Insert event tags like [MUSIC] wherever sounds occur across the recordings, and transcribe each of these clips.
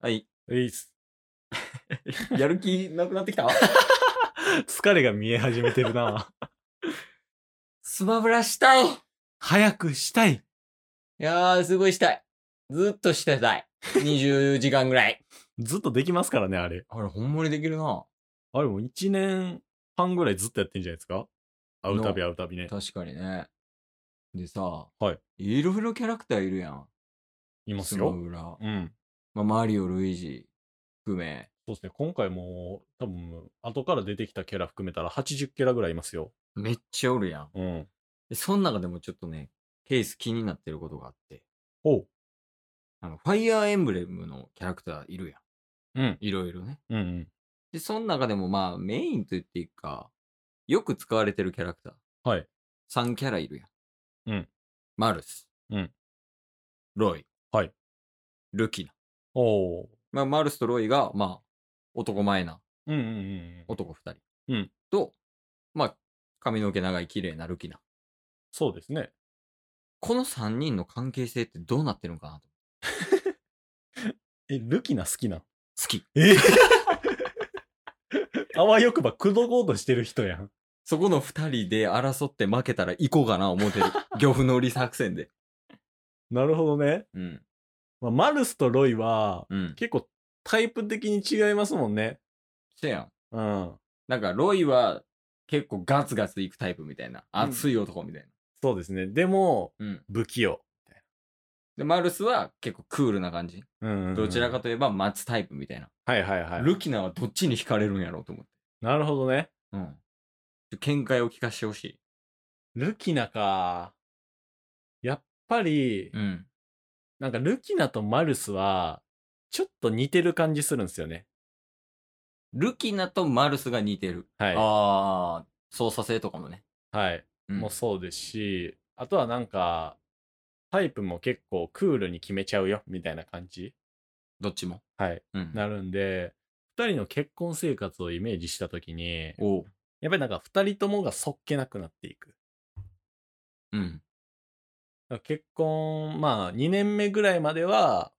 はい。ういっす [LAUGHS] やる気なくなってきた疲れが見え始めてるな。 [LAUGHS] スマブラしたいい早くしたい。やー、すごいしたい。ずっとしてたい。20時間ぐらい。ずっとできますからね、あれ。 [LAUGHS] あれ、ほんまにできるな。あれも1年半ぐらいずっとやってんじゃないですか会うたび会うたびね。確かにね。でさ、。はいいろいろキャラクターいるやん。いますスマよ。ブラうん。まあ、マリオ、ルイージ、含め。そうですね。今回もう、多分、後から出てきたキャラ含めたら80キャラぐらいいますよ。めっちゃおるやん。うん。で、その中でもちょっとね、ケース気になってることがあって。おう。あの、ファイアーエンブレムのキャラクターいるやん。うん。いろいろね。うんうん。で、その中でもまあ、メインと言っていいか、よく使われてるキャラクター。はい。 3キャラいるやん。うん。マルス。うん。ロイ。はい。ルキナ。おう。まあ、マルスとロイが、まあ、男前なうんうんうんうん。男2人。うん。と、まあ、髪の毛長い綺麗なルキナ。そうですね。この3人の関係性ってどうなってるのかなと。え、ルキナ好きなん好き。え [LAUGHS] あわよくば、くどこうとしてる人やん。そこの2人で争って負けたら行こうかな [LAUGHS] 思ってる。漁夫の利作戦で。なるほどね。うん。まあ、マルスとロイは、うん。結構タイプ的に違いますもんね。せやん。うん。なんか、ロイは結構ガツガツいくタイプみたいな。うん熱い男みたいそうですね。でも、な。うん。不器用。で、マルスは結構クールな感じ。うんどちらかと。といえば待つタイプみたいな。はいはいはい。ルキナはどっちに惹かれるんやろうと思って。なるほどね。うん。ちょ見解を聞かせてほしい。ルキナか。やっぱり、うん。なんかルキナとマルスは、ちょっと似てる感じするんですよね。ルキナとマルスが似てる。はい。ああ、操作性とかもね。はい。うんもそうですし、あとはなんか、タイプも結構クールに決めちゃうよ、みたいな感じ。どっちも。はい。うん。なるんで、二人の結婚生活をイメージしたときに、おう。やっぱりなんか二人ともがそっけなくなっていく。うん。だから結婚、まあ2年目ぐらいまでは、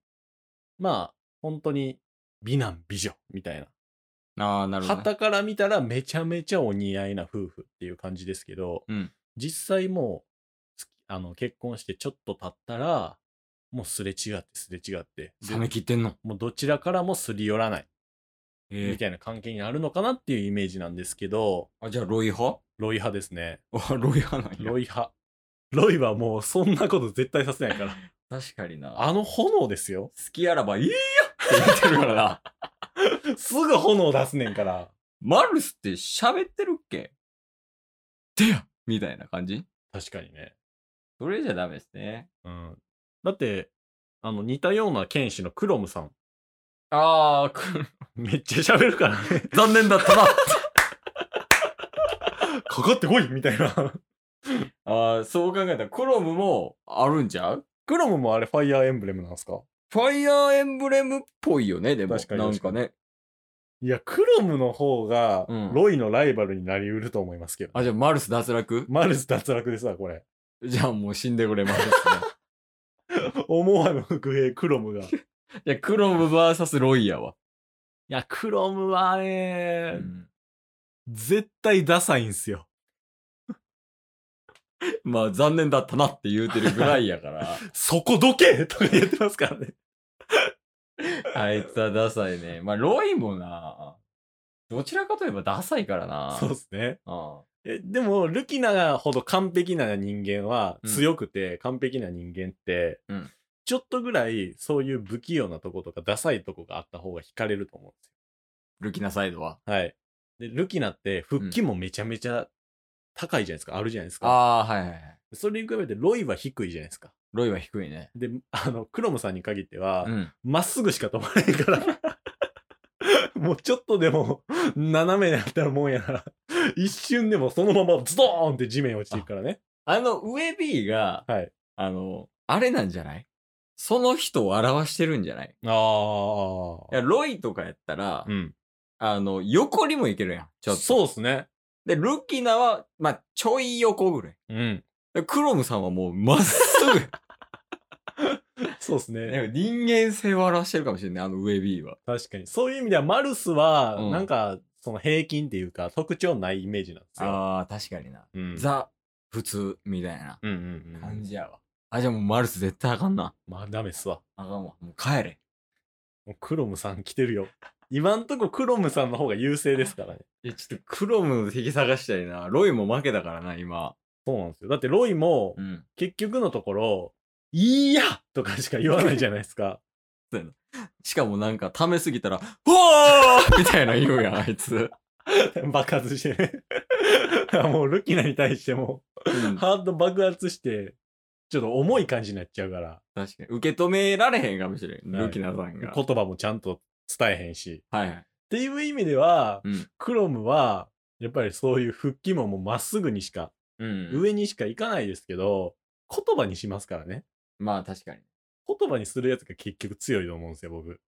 まあ本当に美男美女みたいな。ああ、なるほど、ね。旗から見たらめちゃめちゃお似合いな夫婦っていう感じですけど、うん実際もうつきあの結婚してちょっと経ったらもうすれ違ってすれ違ってで冷め切ってんの。もうどちらからもすり寄らないえみたいな関係になるのかなっていうイメージなんですけど、あ、じゃあロイ派 [LAUGHS] ロイ派ですねあ、ロイ派なんやロイ派ロイはもうそんなこと絶対させないから確かにな。あの炎ですよ好きあらばいいやって言ってるからな。すぐ炎出すねんからマルスって喋ってるっけでやみたいな感じ確かにね、それじゃダメですね。うん、だってあの似たような剣士のクロムさんあ [LAUGHS] あ、めっちゃ喋るからね残念だったな。 [LAUGHS] かかってこいみたいな。ああ、そう考えたら、クロムもあるんちゃうクロムもあれ、ファイアーエンブレムなんですかファイアーエンブレムっぽいよね、でも。確かになんかね。いや、クロムの方がうん、ロイのライバルになりうると思いますけど。あ、じゃあマルス脱落マルス脱落ですわ、これ。じゃあもう死んでくれ、マルスね。思わぬ不平、クロム [LAUGHS] が。いじゃあクロム VS ロイヤーは。や、クロムはね、うん絶対ダサいんすよ。まあ残念だったなって言うてるぐらいや [LAUGHS] から。そこどけとか言ってますからね。あいつはダサいね。まあロイもな。どちらかといえばダサいからな。そうですね。あえでも、ルキナほど完璧な人間は、うん強くて、完璧な人間って、うんちょっとぐらい、そういう不器用なとことか、ダサいとこがあった方が惹かれると思うんですよ。ルキナサイドは。はい。で、ルキナって、復帰もめちゃめちゃ高いじゃないですか。あるじゃないですか。ああ、はいはいはい。それに比べて、ロイは低いじゃないですか。ロイは低いね。で、あの、クロムさんに限ってはう、ん。ま、っすぐしか飛ばないから。 [LAUGHS] もうちょっとでも、斜めになったらもんやなら、一瞬でもそのままズドーンって地面に落ちていくからね。あの、上 B が、はい。あの、あれなんじゃないその人を表してるんじゃないあいや、ロイとかやったら、うん。あの、横にもいけるやん。ちょっと。そうですね。で、ルキナは、まあ、 [LAUGHS] ちょい横ぐらい。うん。 [LAUGHS] でクロムさんはもう、まっすぐ。そうですね。なんか人間性を表してるかもしれない、あのウェビーは。確かに。そういう意味では、マルスはう、んなんか、その平均っていうか、特徴ないイメージなんですよ。ああ、確かにな。うん。ザ、普通、みたいなうんうんう感ん。じやわ。あ、じゃあもうマルス絶対あかんな。まあ、ダメっすわ。あかんわ。もう帰れ。もうクロムさん来てるよ。今んとこクロムさんの方が優勢ですから [LAUGHS] ね。いや、ちょっとクロムの敵探したいな。ロイも負けだからな、今。そうなんですよ。だってロイもう、ん。結局のところ、いいやとかしか言わないじゃないです [LAUGHS] か。しかもなんか、溜めすぎたら、 [LAUGHS] ほーみたいな言う [LAUGHS] やん、あいつ。爆発してね。 [LAUGHS] もうルキナに対しても、うんハート爆発して、ちょっと重い感じになっちゃうから、確かに。受け止められへんかもしれん。はいルキナさんが。言葉もちゃんと伝えへんし。はいはい。っていう意味では、うんクロムは、やっぱりそういう復帰ももうまっすぐにしか、うん。上にしかいかないですけど、言葉にしますからね。まあ確かに。言葉にするやつが結局強いと思うんですよ、僕。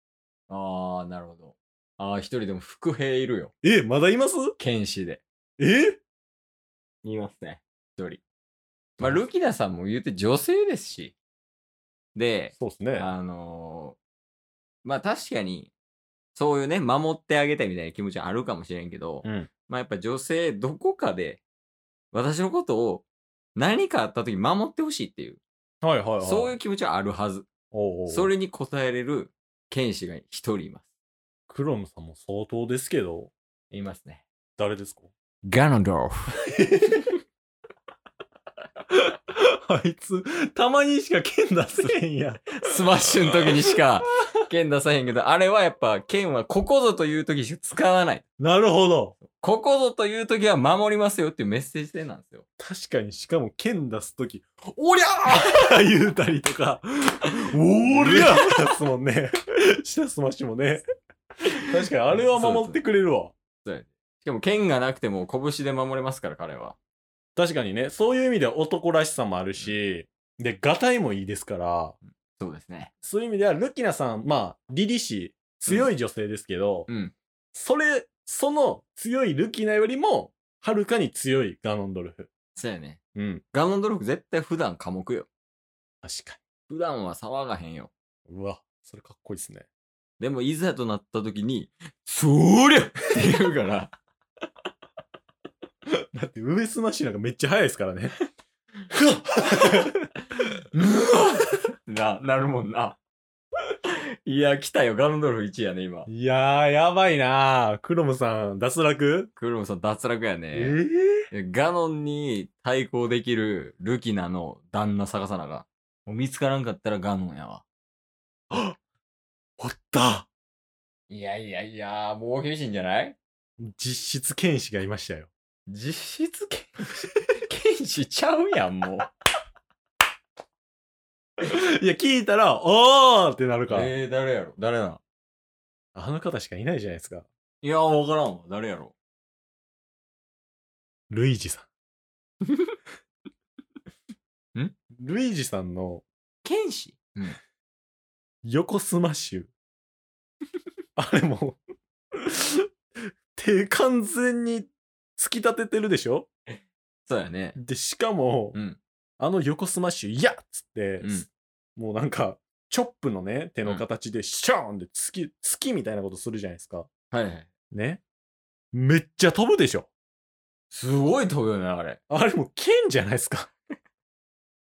ああ、なるほど。ああ、一人でも副兵いるよ。え、まだいます剣士で。えいますね。一人。まあ、ルキナさんも言うて女性ですし。で、そうですね。あのーまあ確かに、そういうね、守ってあげたいみたいな気持ちはあるかもしれんけど、うん。まあやっぱ女性、どこかで、私のことを何かあった時に守ってほしいっていう、はいはいはい。そういう気持ちはあるはず。おうおうそれに応えれる剣士が一人います。クロムさんも相当ですけど、いますね。誰です [LAUGHS] かガノドーフ。あいつ、たまにしか剣出せへんやん。 [LAUGHS] スマッシュの時にしか剣出さへんけど、あれはやっぱ剣はここぞという時しか使わない。なるほど。ここぞという時は守りますよっていうメッセージ性なんですよ。確かに、しかも剣出すとき、おりゃ言うたりとか、おりゃですもんね。下スマッシュもね。確かに、あれは守ってくれるわ。しかも剣がなくても拳で守れますから彼は。確かにね、そういう意味では男らしさもあるし、で、ガタイもいいですから、そうですね。そういう意味では、ルキナさん、まあ、リリ氏、強い女性ですけど、うん。それ、その強いルキナよりも、はるかに強いガノンドルフ。そうやね。うん。ガノンドルフ絶対普段寡黙よ。確か普段は騒がへんよ。に。うわ、それかっこいいですね。でも、いざとなった時に、そりゃ [LAUGHS] って言うから、だって、上スマッシュなんかめっちゃ速いですからね。な、なるもんな。 [LAUGHS] いや、来たよ。ガノンドルフ1位やね、今。いやー、やばいなー。クロムさん、脱落クロムさん脱落やえね。ガノンに対抗できるルキナの旦那探さなが。もう見つからんかったらガノンやわ。おったいやいやいや、もう厳しいんじゃない実質剣士がいましたよ。実質剣士、剣士ちゃうやん、もう。いや、聞いたら、おーってなるから、えー、誰やろ誰なあの方しかいないじゃないですか。いや、わからんわ。誰やろルイージさん。 [LAUGHS] んルイージさんの剣士うん。横スマッシュ。あれもう、手完全に突き立ててるでしょそうやね。で、しかも、うんあの横スマッシュ、いやっつって、うんもうなんか、チョップのね、手の形で、シャーンって突き、突きみたいなことするじゃないですか。はいはい。ね。めっちゃ飛ぶでしょすごい飛ぶよね、あれ。あれもう剣じゃないです [LAUGHS] か。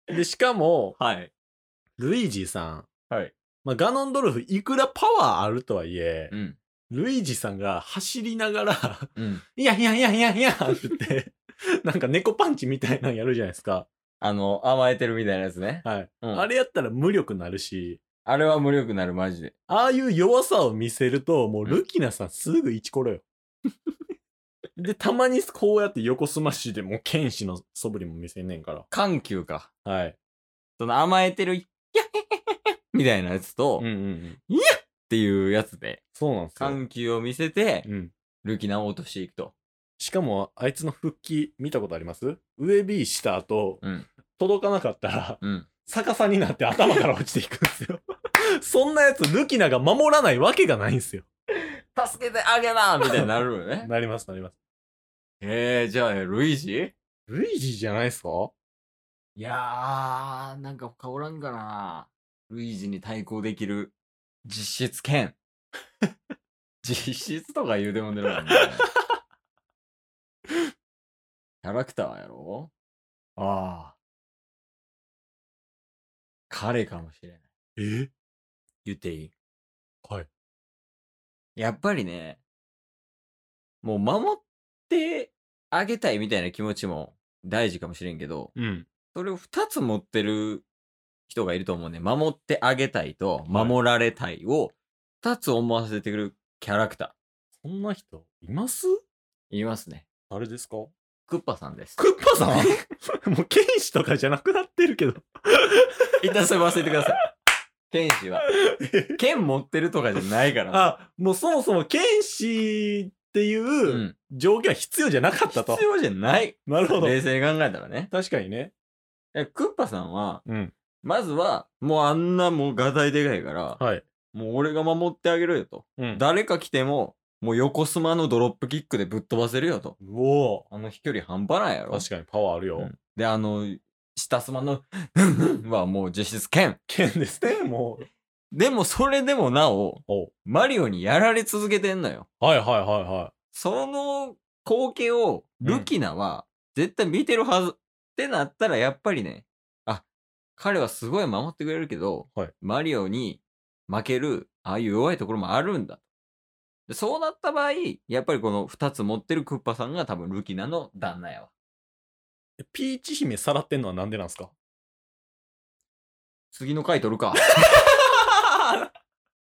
で、しかも、はい。ルイージーさん。はい。まあ、ガノンドルフ、いくらパワーあるとはいえ、うん。ルイージさんが走りながら、 [LAUGHS] うん。いやいやいやいやいやって言って、なんか猫パンチみたいなのやるじゃないですか。あの、甘えてるみたいなやつね。はい。うんあれやったら無力になるし、あれは無力になる、マジで。ああいう弱さを見せると、もううんルキナさんすぐイチコロ [LAUGHS] よ。で、たまにこうやって横スマッシュでもう剣士の素振りも見せんねんか緩急か。ら。はい。その甘えて [LAUGHS] る、いやへへへへみたいなやつと、うんうっんうん。ていうやつで、そうなんですよ。緩急を見せて、うん。ルキナを落としていくと。しかも、あいつの復帰見たことあります上 B した後、うん。届かなかったら、うん。逆さになって頭から落ちていくんですよ。 [LAUGHS] そんなやつ、ルキナが守らないわけがないんですよ。助けてあげなみたいになるよね。なります、なります。 [LAUGHS] えー、じゃあ、ルイージルイージじゃないですかいやー、なんか他おらんかな。ルイージに対抗できる実質剣。 [LAUGHS] 実質とか言うてもんでるもんね。キャラクターやろああ。彼かもしれない。え言っていいはい。やっぱりね、もう守ってあげたいみたいな気持ちも大事かもしれんけど、うん。それを2つ持ってる人がいると思うね。守ってあげたいと、守られたいを2つ思わせてくるキャラクタそんな人いますー、いますね。あれですかクッパさんです。クッパ [LAUGHS] さん [LAUGHS] もう剣士とかじゃなくなってるけど。一旦それ忘れてください。剣士 [LAUGHS] は。剣持ってるとかじゃないから、あ、もうそもそも剣士ってう。いうん条件は必要じゃなかったと必。要じゃない。なるほど。冷静に考えたらね。確かにね。えクッパさんは、うん。まずは、もうあんなもう画材でかいから、はい。もう俺が守ってあげるよと。うん。誰か来ても、もう横スマのドロップキックでぶっ飛ばせるよと。うおあの飛距離半端ないやーろ。確かにパワーあるよ。うんで、あの、下スマのはもう実質剣。剣ですね、もう。でもそれでもなお、おマリオにやられ続けてんのよ。はいはいはいはその光景をルキナは絶対見てるはず、ってなったらやっぱりね、あ、彼はすごい守ってくれるけど、はいマリオに負ける、ああいう弱いところもあるんだ。でそうなった場合、やっぱりこの2つ持ってるクッパさんが多分ルキナの旦那やわ。い。ピーチ姫さらってんのはなんでなんすか [LAUGHS] 次の回取るか。